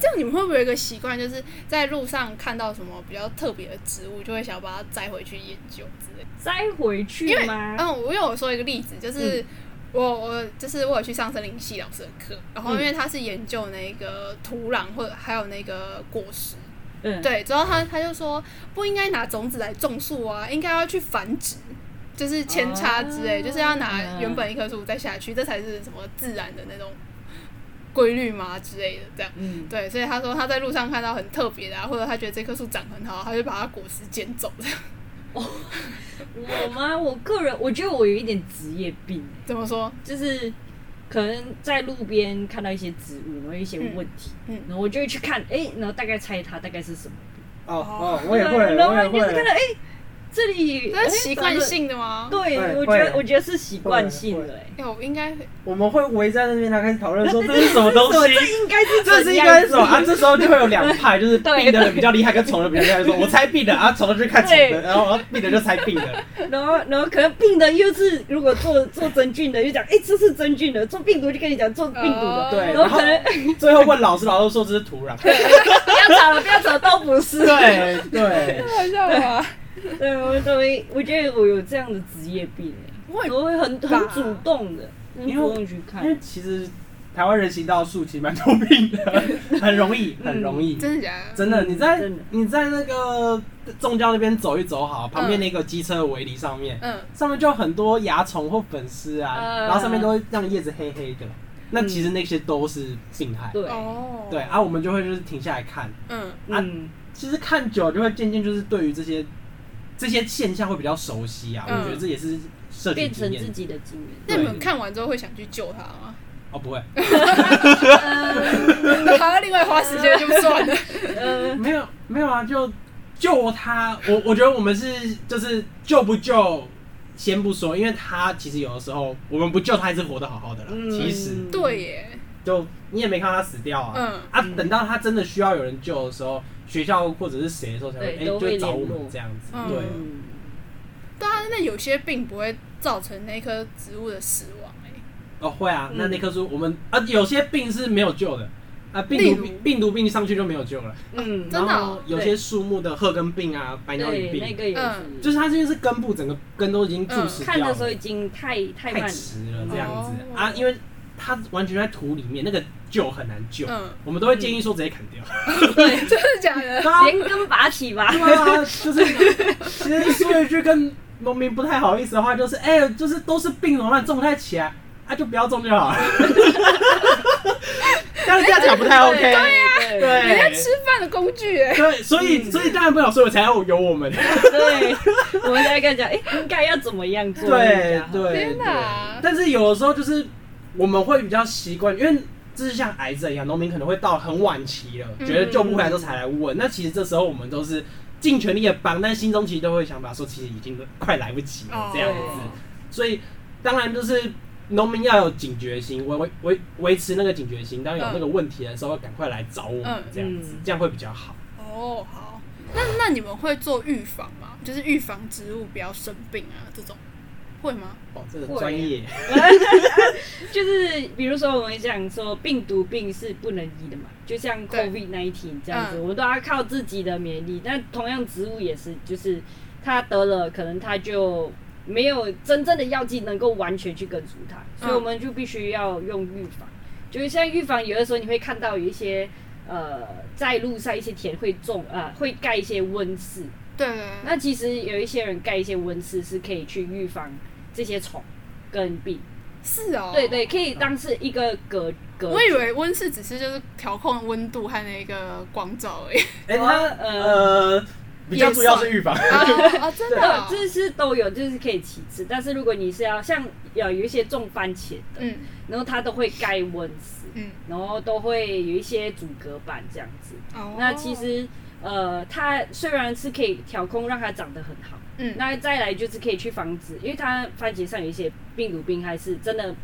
Speaker 1: 这样你们会不会有一个习惯，就是在路上看到什么比较特别的植物，就会想要把它摘回去研究之类的？
Speaker 2: 塞回去
Speaker 1: 因为
Speaker 2: 吗？嗯
Speaker 1: 嗯，我有说一个例子，就是我我就是我有去上森林系老师的课，然
Speaker 2: 嗯
Speaker 1: 后因为他是研究那个土壤或者还有那个果实，
Speaker 2: 嗯，
Speaker 1: 对，之后他他就说不应该拿种子来种树啊，应该要去繁殖，就是扦插之类，
Speaker 2: 哦
Speaker 1: 就是要拿原本一棵树再下去，这才是什么自然的那种规律嘛之类的这样。
Speaker 2: 嗯，
Speaker 1: 对，所以他说他在路上看到很特别的、啊，或者他觉得这棵树长很好，他就把它果实捡走这样。
Speaker 2: 我吗？我个人我觉得我有一点职业病，
Speaker 1: 怎么说？
Speaker 2: 就是可能在路边看到一些植物，然后一些问题，
Speaker 1: 嗯嗯
Speaker 2: 然后我就会去看，哎、然后大概猜它大概是什么。
Speaker 3: 哦
Speaker 1: 哦
Speaker 3: 哦，我也会，
Speaker 2: 然后
Speaker 3: 我也
Speaker 2: 就是看到
Speaker 3: 会，
Speaker 2: 哎、这里
Speaker 1: 这是习惯。性的吗
Speaker 2: 哎？对，
Speaker 3: 会
Speaker 2: 我觉得
Speaker 3: 会
Speaker 2: 我觉得是习惯性的、哎，
Speaker 1: 哎、我应该
Speaker 3: 我们会围在那边，然后开始讨论说这是什么东西，
Speaker 2: 这哦应该是
Speaker 3: 这是应该是什么啊？这时候就会有两派，就是
Speaker 2: 对
Speaker 3: 病的人比较厉害，跟虫的比较厉害。说我猜病的啊，虫的就看虫
Speaker 2: 对
Speaker 3: 的，然后病的就猜病的。
Speaker 2: 然后，然后可能病的又是如果做做真菌的，就讲哎、这是真菌的；做病毒就跟你讲做病毒的。
Speaker 1: 哦
Speaker 3: 对，
Speaker 2: 然
Speaker 3: 然
Speaker 2: 后
Speaker 3: 后
Speaker 2: 可能
Speaker 3: 最后问老师，老师说这是土壤。
Speaker 2: 不要吵了，不要吵，都不是。
Speaker 3: 对对，
Speaker 1: 好笑吧？
Speaker 2: 对，我都会，我觉得我有这样的职业病、
Speaker 1: 我
Speaker 2: 哎
Speaker 1: 也
Speaker 2: 我会很很主动的，很
Speaker 3: 因为
Speaker 2: 主动去看
Speaker 3: 因。为其实台湾人行道树其实蛮多病的，很容易，很容易。
Speaker 1: 真的假的？
Speaker 3: 真的，
Speaker 2: 嗯
Speaker 3: 你在
Speaker 2: 真的
Speaker 3: 你在那个中交那边走一走好，旁边那个机车围篱上面，
Speaker 1: 嗯，
Speaker 3: 上面就有很多蚜虫或粉丝啊，
Speaker 2: 嗯
Speaker 3: 然后上面都会让叶子黑黑的。那其实那些都是病害。
Speaker 2: 对，
Speaker 1: 哦，
Speaker 3: 对，啊，我们就会就是停下来看，
Speaker 1: 嗯，
Speaker 2: 嗯，
Speaker 3: 其实看久了就会渐渐就是对于这些这些现象会比较熟悉啊。
Speaker 1: 嗯
Speaker 3: 我觉得这也是社群
Speaker 2: 变成
Speaker 3: 经验
Speaker 2: 自己的经验。
Speaker 1: 那你们
Speaker 3: 对
Speaker 1: 看完之后会想去救他吗？
Speaker 3: 哦，不会，
Speaker 1: 还要另外花时间就算了。 嗯
Speaker 2: 呃，
Speaker 3: 没有没有啊，就救他。我我觉得我们是就是救不救先不说，因为他其实有的时候我们不救他还是活得好好的啦。
Speaker 2: 嗯
Speaker 3: 其实
Speaker 1: 对耶，
Speaker 3: 就你也没看到他死掉啊。
Speaker 1: 嗯
Speaker 3: 啊
Speaker 2: 嗯，
Speaker 3: 等到他真的需要有人救的时候，学校或者是谁的时候才会
Speaker 2: 对
Speaker 3: 哎、
Speaker 2: 都
Speaker 3: 就
Speaker 2: 会
Speaker 3: 会找我
Speaker 2: 联络
Speaker 3: 们这样子。
Speaker 1: 嗯
Speaker 3: 对，
Speaker 2: 嗯
Speaker 1: 对啊，那有些病不会造成那棵植物的死亡哎、
Speaker 3: 哦，会啊，
Speaker 2: 嗯
Speaker 3: 那那棵树我们啊，有些病是没有救的啊，
Speaker 1: 例
Speaker 3: 病毒
Speaker 1: 如
Speaker 3: 病病毒病上去就没有救了。
Speaker 2: 嗯，
Speaker 1: 真的
Speaker 3: 然
Speaker 1: 哦
Speaker 3: 后有些树木的鹤根病啊，白鸟
Speaker 2: 对，
Speaker 3: 鱼
Speaker 2: 那
Speaker 3: 病，
Speaker 2: 个也
Speaker 1: 嗯
Speaker 2: 是，
Speaker 3: 就是它就是根部整个根都已经蛀死
Speaker 2: 看
Speaker 3: 掉
Speaker 2: 的
Speaker 3: 了，
Speaker 2: 时候已经太太慢
Speaker 3: 太
Speaker 2: 了，
Speaker 3: 迟了这样子
Speaker 1: 哦
Speaker 3: 啊，因为它完全在土里面，那个救很难救。
Speaker 1: 嗯，
Speaker 3: 我们都会建议说直接砍掉，
Speaker 1: 对， 真的假的？
Speaker 3: 对啊
Speaker 2: 连根拔起 吧。
Speaker 3: 对啊，就是其实说一句跟农民不太好意思的话，就是哎、就是都是病，怎么办？种不太起来，啊，就不要种就好了。 但是这样讲不太 OK，
Speaker 2: 对啊对
Speaker 1: 人家吃饭的工具哎、
Speaker 3: 对，所以所以当然不了，所以我才要有我们。
Speaker 2: 对，我们才跟你讲，哎，应该要怎么样做比
Speaker 3: 对
Speaker 2: 较好？
Speaker 3: 对，
Speaker 1: 天哪
Speaker 3: 对但是有的时候就是我们会比较习惯，因为就是像癌症一样，农民可能会到很晚期了，
Speaker 1: 嗯
Speaker 3: 觉得救不回来之后才来问。那其实这时候我们都是尽全力的帮，但心中其实都会想法说，其实已经快来不及了
Speaker 1: 哦
Speaker 3: 这样子。所以当然就是。农民要有警觉心，维维维维持那个警觉心。当有那个问题的时候，赶快来找我们
Speaker 1: 嗯，
Speaker 3: 这样子
Speaker 2: 嗯，
Speaker 3: 这样会比较好。
Speaker 1: 哦，好，那那你们会做预防吗？就是预防植物不要生病啊，这种会吗？
Speaker 3: 哦，这个
Speaker 2: 会
Speaker 3: 专业，
Speaker 2: 就是比如说，我们讲说病毒病是不能医的嘛，就像
Speaker 1: 对
Speaker 2: COVID nineteen 这样子，
Speaker 1: 嗯
Speaker 2: 我们都要靠自己的免疫力。但同样，植物也是，就是它得了，可能它就没有真正的药剂能够完全去根除它，
Speaker 1: 嗯
Speaker 2: 所以我们就必须要用预防。就是像预防，有的时候你会看到有一些呃，在路上一些田会种呃，会盖一些温室。
Speaker 1: 对对对，
Speaker 2: 那其实有一些人盖一些温室是可以去预防这些虫跟病。
Speaker 1: 是哦，
Speaker 2: 对对，可以当是一个隔隔。
Speaker 1: 我以为温室只是就是调控温度和那个光照而已。
Speaker 3: 哎，
Speaker 2: 我
Speaker 3: 他
Speaker 2: 呃
Speaker 3: 呃比较重要是预防，
Speaker 1: 啊，真的 哦、
Speaker 2: 这是都有，就是可以起吃。但是如果你是要像有有一些种番茄的，
Speaker 1: 嗯
Speaker 2: 然后它都会盖温室，
Speaker 1: 嗯，
Speaker 2: 然后都会有一些阻隔板这样子。
Speaker 1: 哦，
Speaker 2: 那其实呃，它虽然是可以调控让它长得很好，
Speaker 1: 嗯
Speaker 2: 那再来就是可以去防止，因为它番茄上有一些病毒病害是真的。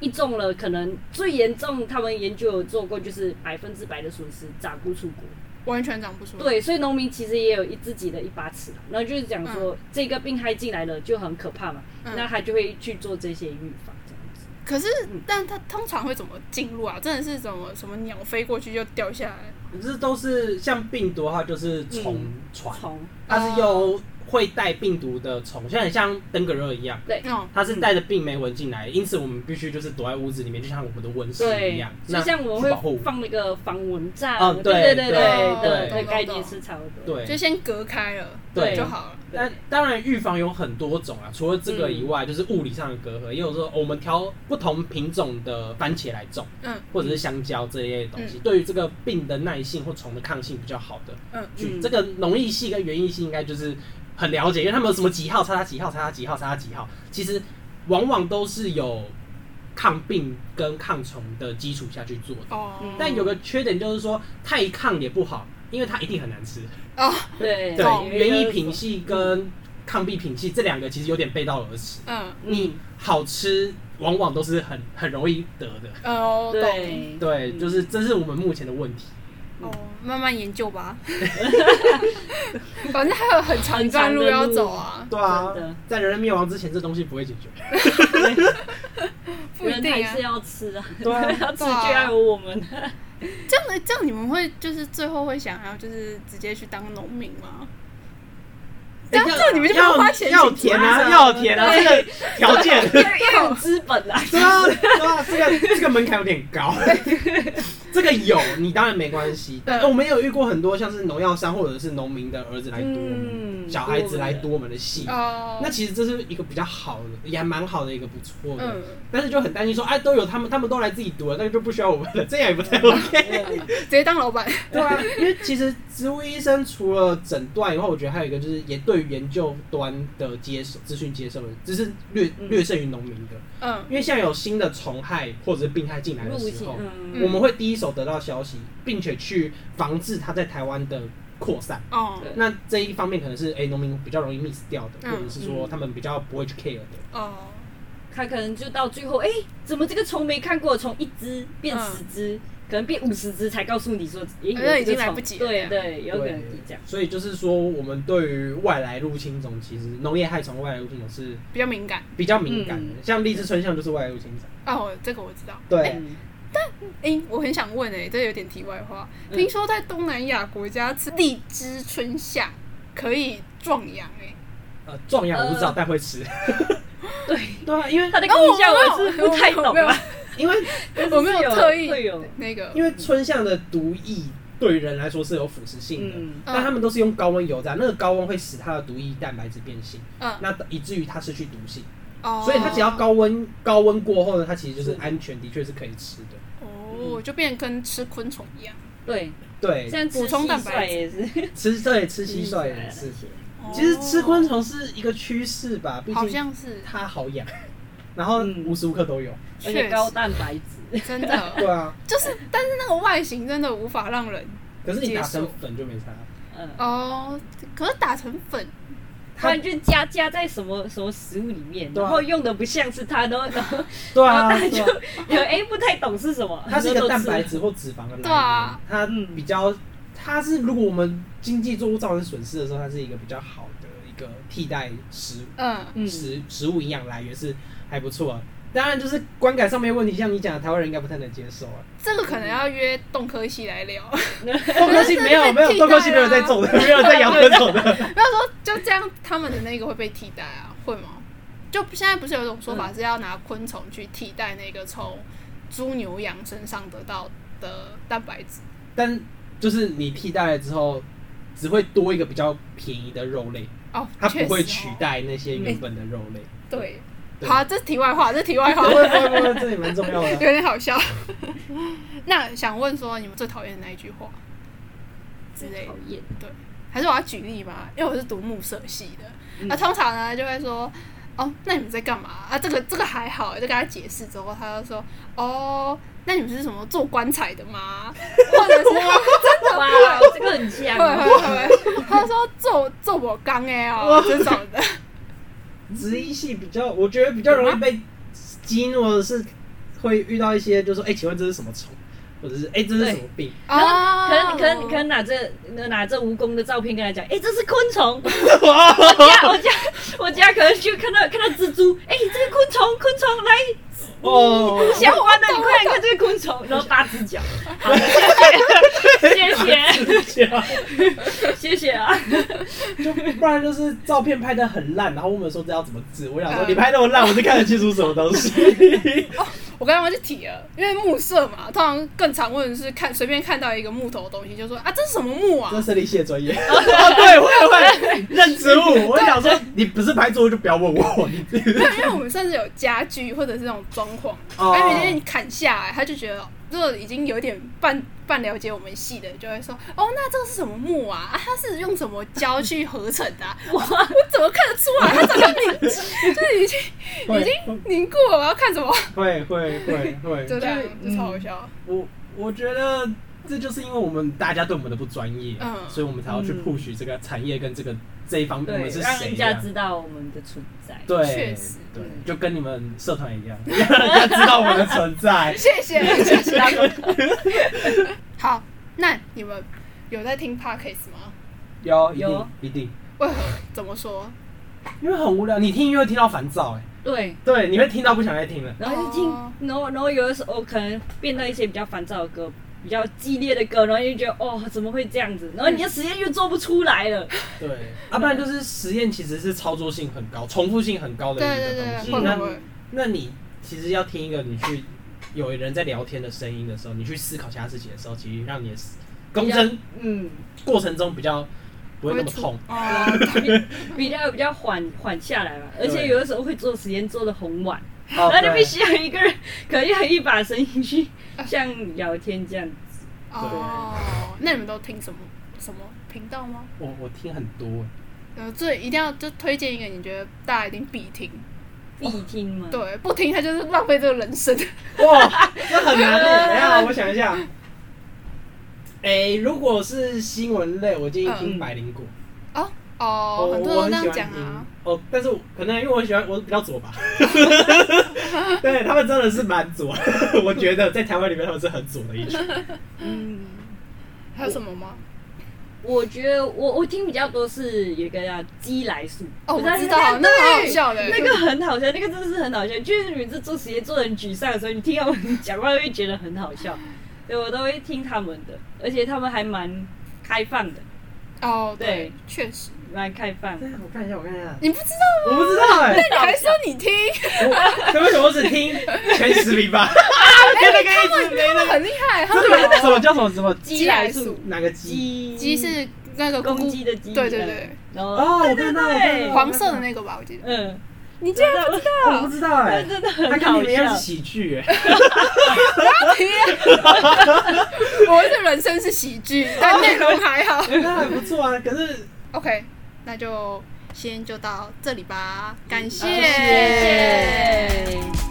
Speaker 2: 一中了，可能最严重，他们研究有做过，就是百分之百的损失，长不出国。
Speaker 1: 完全长不出来。
Speaker 2: 对，所以农民其实也有一自己的一把尺，然后就是讲说、这个病害进来了就很可怕嘛，
Speaker 1: 嗯
Speaker 2: 那他就会去做这些预防，这样子。
Speaker 1: 可是，
Speaker 2: 嗯
Speaker 1: 但它通常会怎么进入啊？真的是怎么什么鸟飞过去就掉下来？
Speaker 3: 这都是像病毒的话，就是虫
Speaker 2: 嗯
Speaker 3: 传，
Speaker 2: 虫，
Speaker 3: 它是由会带病毒的虫，像很像登革热一样，
Speaker 2: 对
Speaker 1: 哦，
Speaker 3: 它是带着病媒蚊进来，因此我们必须就是躲在屋子里面，就像我们的温室一
Speaker 2: 对
Speaker 3: 样，，
Speaker 2: 就
Speaker 3: 那
Speaker 2: 像我
Speaker 3: 去
Speaker 2: 们
Speaker 3: 保护
Speaker 2: 会放那个防蚊帐，
Speaker 3: 哦
Speaker 2: 对
Speaker 3: 对
Speaker 2: 对
Speaker 3: 对
Speaker 2: 对
Speaker 3: 对
Speaker 2: 的
Speaker 1: 懂
Speaker 2: 概
Speaker 1: 懂
Speaker 2: 念
Speaker 1: 懂
Speaker 2: 是差不多。
Speaker 1: 就
Speaker 3: 对。
Speaker 1: 先隔开了，
Speaker 3: 对
Speaker 1: 就好了。
Speaker 3: 但当然，预防有很多种啊，除了这个以外，就是物理上的隔阂，也有说哦我们挑不同品种的番茄来种，
Speaker 1: 嗯
Speaker 3: 或者是香蕉这一类的东
Speaker 2: 嗯
Speaker 3: 西，对于这个病的耐性或虫的抗性比较好的，
Speaker 1: 嗯
Speaker 3: 去
Speaker 2: 嗯
Speaker 3: 这个农艺系跟园艺系应该就是很了解，因为他们有什么几号、叉叉几号、叉叉几号、叉叉几号，其实往往都是有抗病跟抗虫的基础下去做的。
Speaker 1: 哦，
Speaker 2: 嗯
Speaker 3: 但有个缺点就是说，太抗也不好，因为它一定很难吃。
Speaker 1: 哦，
Speaker 2: 对
Speaker 1: 懂
Speaker 3: 对，园艺品系跟抗病品系这两个其实有点背道而驰。
Speaker 1: 嗯，
Speaker 3: 你好吃，往往都是很很容易得的。
Speaker 1: 呃，我懂，
Speaker 2: 对
Speaker 3: 对，
Speaker 2: 嗯
Speaker 3: 就是这是我们目前的问题。
Speaker 1: 哦，慢慢研究 吧，反正还有很长一
Speaker 2: 很长
Speaker 1: 段
Speaker 2: 的
Speaker 1: 路要
Speaker 2: 路
Speaker 1: 走啊，
Speaker 3: 对
Speaker 2: 真的
Speaker 3: 在人类灭亡之前，这东西不会解决。
Speaker 1: 不一
Speaker 2: 人
Speaker 1: 定
Speaker 2: 还
Speaker 1: 啊
Speaker 2: 是。要吃啊，
Speaker 3: 对啊
Speaker 2: 要吃就要有我们。
Speaker 1: 这样的这样你们会就是最后会想要就是直接去当农民吗？哎这样
Speaker 3: 哎要
Speaker 1: 这你们就不
Speaker 3: 要
Speaker 1: 花钱
Speaker 3: 啊要
Speaker 1: 请
Speaker 3: 填
Speaker 1: 假
Speaker 3: 啊，
Speaker 1: 了
Speaker 3: 要填啊，这啊个条件。
Speaker 2: 要有资本啊，
Speaker 3: 对啊，对啊，这个这个门槛有点高。这个有，你当然没关系。但
Speaker 1: 嗯
Speaker 3: 我们也有遇过很多像是农药商或者是农民的儿子来读我们，
Speaker 2: 嗯
Speaker 3: 小孩子来读我们的戏。
Speaker 1: 哦，
Speaker 3: 那其实这是一个比较好的，也还蛮好的一个不错的，
Speaker 1: 嗯，
Speaker 3: 但是就很担心说，哎、都有他们，他们都来自己读了，那个就不需要我们了，这样也不太 OK。
Speaker 1: 直接当老板，
Speaker 3: 对啊，因为其实植物医生除了诊断以后，我觉得还有一个就是也对于研究端的接受资讯接受，只是略
Speaker 2: 嗯
Speaker 3: 略胜于农民的，
Speaker 1: 嗯，
Speaker 3: 因为现在有新的虫害或者是病害进来的
Speaker 2: 入
Speaker 3: 时
Speaker 2: 侵
Speaker 3: 候，，
Speaker 2: 嗯，
Speaker 1: 嗯
Speaker 3: 我们会第一手得到消息，并且去防治它在台湾的扩散。
Speaker 1: 哦，
Speaker 2: 对
Speaker 3: 那这一方面可能是哎、农民比较容易 miss 掉的，
Speaker 1: 嗯
Speaker 3: 或者是说他们比较不会去 care 的。
Speaker 1: 哦，
Speaker 2: 他可能就到最后，哎，怎么这个虫没看过，从一只变十只，可能变五十只才告诉你说，哎，有
Speaker 1: 那嗯已
Speaker 2: 这个
Speaker 1: 经来
Speaker 2: 虫
Speaker 1: 不及了
Speaker 2: 对啊对，有可能是这样。
Speaker 3: 所以就是说，我们对于外来入侵种，其实农业害虫外来入侵种是
Speaker 1: 比较敏感。
Speaker 3: 比较敏感的，像荔枝春象就是外来入侵种。
Speaker 1: 哦，这个我知道。
Speaker 3: 对，
Speaker 2: 嗯
Speaker 1: 哎、我很想问哎、这有点题外话。
Speaker 2: 嗯
Speaker 1: 听说在东南亚国家吃荔枝春夏可以壮阳哎、
Speaker 3: 呃，壮阳我不知道，
Speaker 2: 呃
Speaker 3: 但会吃。
Speaker 2: 对，
Speaker 3: 对啊，因为
Speaker 2: 他的功效我是不太懂
Speaker 1: 哦没有
Speaker 2: 啊，
Speaker 3: 因为
Speaker 2: 但是
Speaker 1: 哦我没 有
Speaker 2: 是有
Speaker 1: 特意
Speaker 2: 会有，
Speaker 1: 那个
Speaker 3: 因为春象的毒液对于人来说是有腐蚀性的，
Speaker 2: 嗯
Speaker 3: 但他们都是用高温油炸，那个高温会使它的毒液蛋白质变性，
Speaker 1: 嗯
Speaker 3: 那以至于它失去毒性。
Speaker 1: 哦，
Speaker 3: 所以它只要高温高温过后呢，它其实就是安全，的确是可以吃的。
Speaker 1: 哦，就变得跟吃昆虫一样。
Speaker 2: 对，
Speaker 3: 对，
Speaker 2: 像吃
Speaker 1: 补充蛋白
Speaker 2: 蟋蟀也是，
Speaker 3: 吃对吃蟋蟀也是。
Speaker 1: 哦
Speaker 3: 其实吃昆虫是一个趋势吧，毕
Speaker 1: 好
Speaker 3: 竟
Speaker 1: 像是
Speaker 3: 它好养， 然后
Speaker 2: 嗯
Speaker 3: 无时无刻都有。
Speaker 2: 而
Speaker 1: 确
Speaker 2: 且
Speaker 1: 实
Speaker 2: 高蛋白质，
Speaker 1: 真的
Speaker 3: 对 啊，
Speaker 1: 就是，但是那个外形真的无法让人
Speaker 3: 可是你打成
Speaker 1: 接
Speaker 3: 粉就没差。
Speaker 2: 嗯。
Speaker 1: 哦，可是打成粉
Speaker 2: 不然就加加在什么什么食物里面，
Speaker 3: 对啊
Speaker 2: 然后用的不像是它，然后然后
Speaker 3: 对
Speaker 2: 然后
Speaker 3: 啊，
Speaker 2: 大家
Speaker 3: 对
Speaker 2: 就
Speaker 3: 啊
Speaker 2: 有哎不太懂是什么，
Speaker 3: 它是一个
Speaker 2: 然后都
Speaker 3: 蛋
Speaker 2: 吃
Speaker 3: 白质或脂肪的来源。
Speaker 1: 对啊
Speaker 3: 它
Speaker 2: 嗯
Speaker 3: 比较，它是如果我们经济作物造成损失的时候，它是一个比较好的一个替代食物。
Speaker 1: 嗯
Speaker 2: 嗯
Speaker 3: 食食物营养来源是还不错、啊。当然，就是观感上面的问题，像你讲的，台湾人应该不太能接受啊。
Speaker 1: 这个可能要约动科系来聊，
Speaker 3: 豆科系没有没有豆科系没有在种的，没有在养分种的。
Speaker 1: 不要说就这样，他们的那个会被替代啊，会吗？就现在不是有一种说法是要拿昆虫去替代那个从猪牛羊身上得到的蛋白质？
Speaker 3: 但就是你替代了之后，只会多一个比较便宜的肉类，
Speaker 1: 哦，
Speaker 3: 它
Speaker 1: 确
Speaker 3: 不
Speaker 1: 实
Speaker 3: 会
Speaker 1: 哦
Speaker 3: 取。代那些原本的肉类。
Speaker 1: 对，
Speaker 3: 对
Speaker 1: 好，这是题外话，这是题外
Speaker 3: 不
Speaker 1: 话，
Speaker 3: 会不会不会，这也蛮重要的
Speaker 1: 有
Speaker 3: 啊。
Speaker 1: 点好笑。 那想问说，你们最讨厌的那一句话之类的
Speaker 2: 讨，厌，
Speaker 1: 还是我要举例嘛？因为我是读木社系的，
Speaker 2: 嗯
Speaker 1: 那、通常呢就会说，哦，那你们在干嘛啊？这个这个还好，就跟他解释之后，他就说，哦，那你们是什么做棺材的 吗？或者是
Speaker 2: 哇，这个很 像
Speaker 1: 会
Speaker 2: 哦，
Speaker 1: 会会，他说做做我刚哎哦这种 的，
Speaker 3: 职一系比较，我觉得比较容易被激怒的是，会遇到一些就是说，哎、请问这是什么虫，或者是哎、这是什么 病？
Speaker 1: 哦，
Speaker 2: 可能可能可能拿着拿着蜈蚣的照片跟他讲，哎这是昆虫，
Speaker 3: 哇
Speaker 2: 我家我家我家可能就看到看到蜘蛛，哎这个昆虫昆虫来
Speaker 3: 哦，
Speaker 2: 相关的，你快点看这个昆虫，然后八 只脚，好谢谢 谢谢谢谢啊，
Speaker 3: 就不然就是照片拍的很烂，然后问我们说这要怎么治，我想说
Speaker 1: 嗯
Speaker 3: 你拍那么烂，我是看得清楚什么东 西。
Speaker 1: 我刚刚忘记提了，因为木色嘛，通常更常问的是看随便看到一个木头的东西，就说啊，这是什么木啊？
Speaker 3: 这是生理系的专业哦，对，会会认植物，我想说你不是拍错就不要问我，你自己
Speaker 1: 没有，因为我们算是有家具或者是那种装潢，
Speaker 3: 哦
Speaker 1: 哎，有些人砍下来，他就觉得如果已经有点半半了解我们系的，就会说，哦，那这个是什么木啊？啊，它是用什么胶去合成 的、啊？我我怎么看得出来？它整个凝，就是已经
Speaker 3: 会
Speaker 1: 已经凝固了，我要看什 么？
Speaker 3: 会会会会，
Speaker 1: 就这样，
Speaker 2: 就
Speaker 1: 就超好笑。
Speaker 3: 我我觉得这就是因为我们大家对我们的不专业，啊
Speaker 1: 嗯
Speaker 3: 所以我们才要去
Speaker 2: 嗯
Speaker 3: push 这个产业跟这个这一方 面我
Speaker 2: 对
Speaker 3: 们，是
Speaker 2: 让
Speaker 3: 谁啊
Speaker 2: 人
Speaker 3: 这样
Speaker 2: 家知道我们的存在。
Speaker 3: 对，
Speaker 1: 确实。
Speaker 3: 对
Speaker 2: 嗯，
Speaker 3: 就跟你们社团一样，让人家知道我们的存 在
Speaker 1: 谢谢，谢谢。 好，那你们有在听 podcast 吗？
Speaker 3: 有一定
Speaker 2: 有
Speaker 3: 一定，
Speaker 1: 为何？ 怎么说？
Speaker 3: 因为很无聊，你听音乐会听到烦躁，哎，
Speaker 2: 对，
Speaker 3: 对，你会听到不想再听了。
Speaker 2: 然后就听
Speaker 1: 哦，
Speaker 2: 然后然后有的时候可能变到一些比较烦躁的歌，比较激烈的歌，然后就觉得哦怎么会这样子？然后你的实验又做不出来了。
Speaker 3: 对，啊，不然就是实验其实是操作性很高、重复性很高的
Speaker 1: 对
Speaker 3: 一
Speaker 1: 对
Speaker 3: 个东
Speaker 1: 对，
Speaker 3: 西。
Speaker 1: 会
Speaker 3: 那
Speaker 1: 不会？
Speaker 3: 那你其实要听一个你去有人在聊天的声音的时候，你去思考其他事情的时候，其实让你的公针
Speaker 2: 嗯，
Speaker 3: 过程中比较不会那么痛。
Speaker 1: 出哦，
Speaker 2: 比较比较缓缓下来嘛，而
Speaker 3: 对
Speaker 2: 且有的时候会做实验做的很晚，
Speaker 3: 哦
Speaker 2: 然后就必
Speaker 3: 对
Speaker 2: 须要一个人可以很一把声音去像聊天这样。
Speaker 1: 哦，那你们都听什么什么频道吗？
Speaker 3: 我我听很多，
Speaker 1: 呃，这一定要就推荐一个你觉得大家一定必听，
Speaker 2: 必听嘛，，
Speaker 1: 对，不听他就是浪费这个人生。
Speaker 3: 哇，这很难的。等一下，我想一下。哎、如果是新闻类，我建议听
Speaker 2: 嗯
Speaker 3: 百灵果。
Speaker 1: 哦
Speaker 3: 我
Speaker 1: 哦，很
Speaker 3: 我
Speaker 1: 多人
Speaker 3: 很
Speaker 1: 这样
Speaker 3: 喜
Speaker 1: 讲
Speaker 3: 欢
Speaker 1: 啊
Speaker 3: 听。哦，但是我可能因为我喜欢，我比较 左吧。对他们真的是蛮左， 我觉得在台湾里面他们是很左的一群。
Speaker 2: 嗯，
Speaker 1: 还有什么吗？
Speaker 2: 我觉得我我听比较多是有一个叫鸡来素，
Speaker 1: 哦，我
Speaker 2: 不
Speaker 1: 知
Speaker 2: 你
Speaker 1: 道，
Speaker 2: 看
Speaker 1: 那个好好
Speaker 2: 哎对
Speaker 1: 笑的，
Speaker 2: 那个很好笑，那个真的是很好笑。就是你每次做实验做的很沮丧的时候，你听他们讲话会觉得很好笑。对我都会听他们的，而且他们还蛮开放的，
Speaker 1: 哦，对
Speaker 2: 对，
Speaker 1: 确实，
Speaker 2: 蛮开放。
Speaker 3: 我看一下，我看一下，
Speaker 1: 你不知道，啊
Speaker 3: 我不知道哎、
Speaker 1: 你还说你听，
Speaker 3: 我对不起，我只听前十名吧。跟
Speaker 2: 哎
Speaker 3: 那个一直没
Speaker 1: 他们
Speaker 3: 了。
Speaker 1: 很厉害，他
Speaker 3: 这个
Speaker 1: 们
Speaker 3: 什么叫什么什么
Speaker 1: 鸡来素，
Speaker 3: 哪个鸡？
Speaker 2: 啊鸡
Speaker 1: 鸡是那个咕
Speaker 2: 公
Speaker 1: 咕
Speaker 2: 鸡的鸡，
Speaker 1: 对对对，
Speaker 2: 然后
Speaker 3: 哦，我看到，我看到
Speaker 1: 黄色的，那个吧，我记得。
Speaker 2: 嗯，
Speaker 1: 你竟然不知道？
Speaker 3: 我不知道哎、
Speaker 2: 啊真的
Speaker 3: 他
Speaker 2: 很
Speaker 3: 跟你
Speaker 2: 好
Speaker 3: 们一样
Speaker 2: 笑
Speaker 3: 是。喜剧哎、
Speaker 1: 我的人生是喜剧，但内容还好。
Speaker 3: 那还不错啊。可是
Speaker 1: OK，那就先就到这里吧，感谢。
Speaker 2: 谢谢。